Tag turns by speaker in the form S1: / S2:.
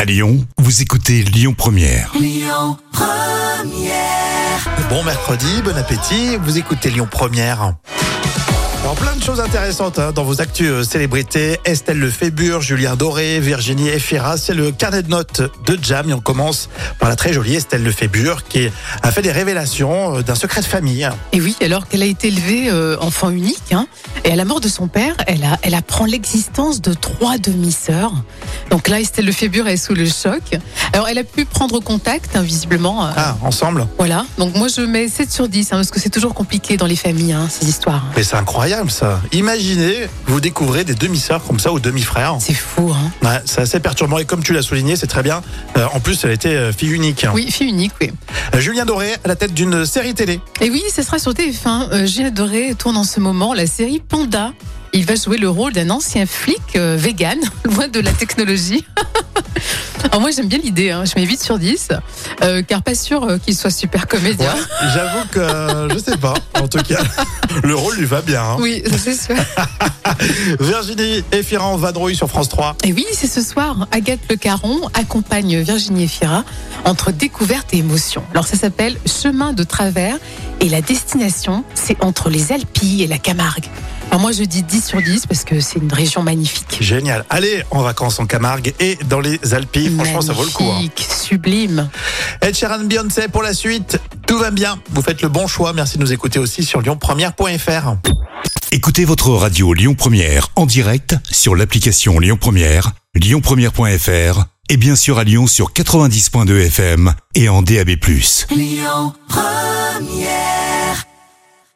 S1: À Lyon, vous écoutez Lyon Première.
S2: Bon mercredi, bon appétit, vous écoutez Lyon Première. Alors plein de choses intéressantes hein, dans vos actus euh, célébrités, Estelle Lefébure, Julien Doré, Virginie Efira, c'est le carnet de notes de Jam et on commence par la très jolie Estelle Lefébure qui a fait des révélations euh, d'un secret de famille.
S3: Et oui, alors qu'elle a été élevée euh, enfant unique, hein, et à la mort de son père, elle, a- elle apprend l'existence de trois demi-sœurs. Donc là, Estelle Lefébure est sous le choc. Alors, elle a pu prendre contact, hein, visiblement. euh,
S2: Ah, ensemble
S3: Voilà. Donc moi, je mets 7 sur 10, hein, parce que c'est toujours compliqué dans les familles, hein, ces histoires. hein.
S2: Mais c'est incroyable ça. Imaginez, vous découvrez des demi-sœurs comme ça ou demi-frères.
S3: C'est fou, hein.
S2: Ouais, c'est assez perturbant et comme tu l'as souligné, c'est très bien. Euh, en plus, elle était euh, fille unique.
S3: Oui, fille unique, oui.
S2: Euh, Julien Doré à la tête d'une série télé.
S3: Et oui, ce sera sur TF1. Euh, J'ai adoré, tourne en ce moment la série Panda. Il va jouer le rôle d'un ancien flic euh, vegan, loin de la technologie. Alors moi j'aime bien l'idée, hein. je mets 8 sur 10, euh, car pas sûr euh, qu'il soit super
S2: Ouais,
S3: comédien.
S2: j'avoue que euh, je sais pas. En tout cas, le rôle lui va bien. hein.
S3: Oui, ça, c'est sûr.
S2: Virginie Efira en vadrouille sur France 3.
S3: Et oui, c'est ce soir, Agathe Le Caron accompagne Virginie Efira entre découverte et émotion. Alors ça s'appelle Chemin de travers et la destination, c'est entre les Alpilles et la Camargue. Alors moi je dis 10 sur 10 parce que c'est une région magnifique.
S2: Génial. Allez en vacances en Camargue et dans les Alpilles. Franchement, ça vaut le coup. hein.
S3: Magnifique, Sublime.
S2: Ed Sheeran Beyoncé pour la suite. Tout va bien. Vous faites le bon choix. Merci de nous écouter aussi sur lyonpremière.fr.
S1: Écoutez votre radio Lyon Première en direct sur l'application Lyon Première, lyonpremière.fr et bien sûr à Lyon sur 90.2 FM et en DAB+.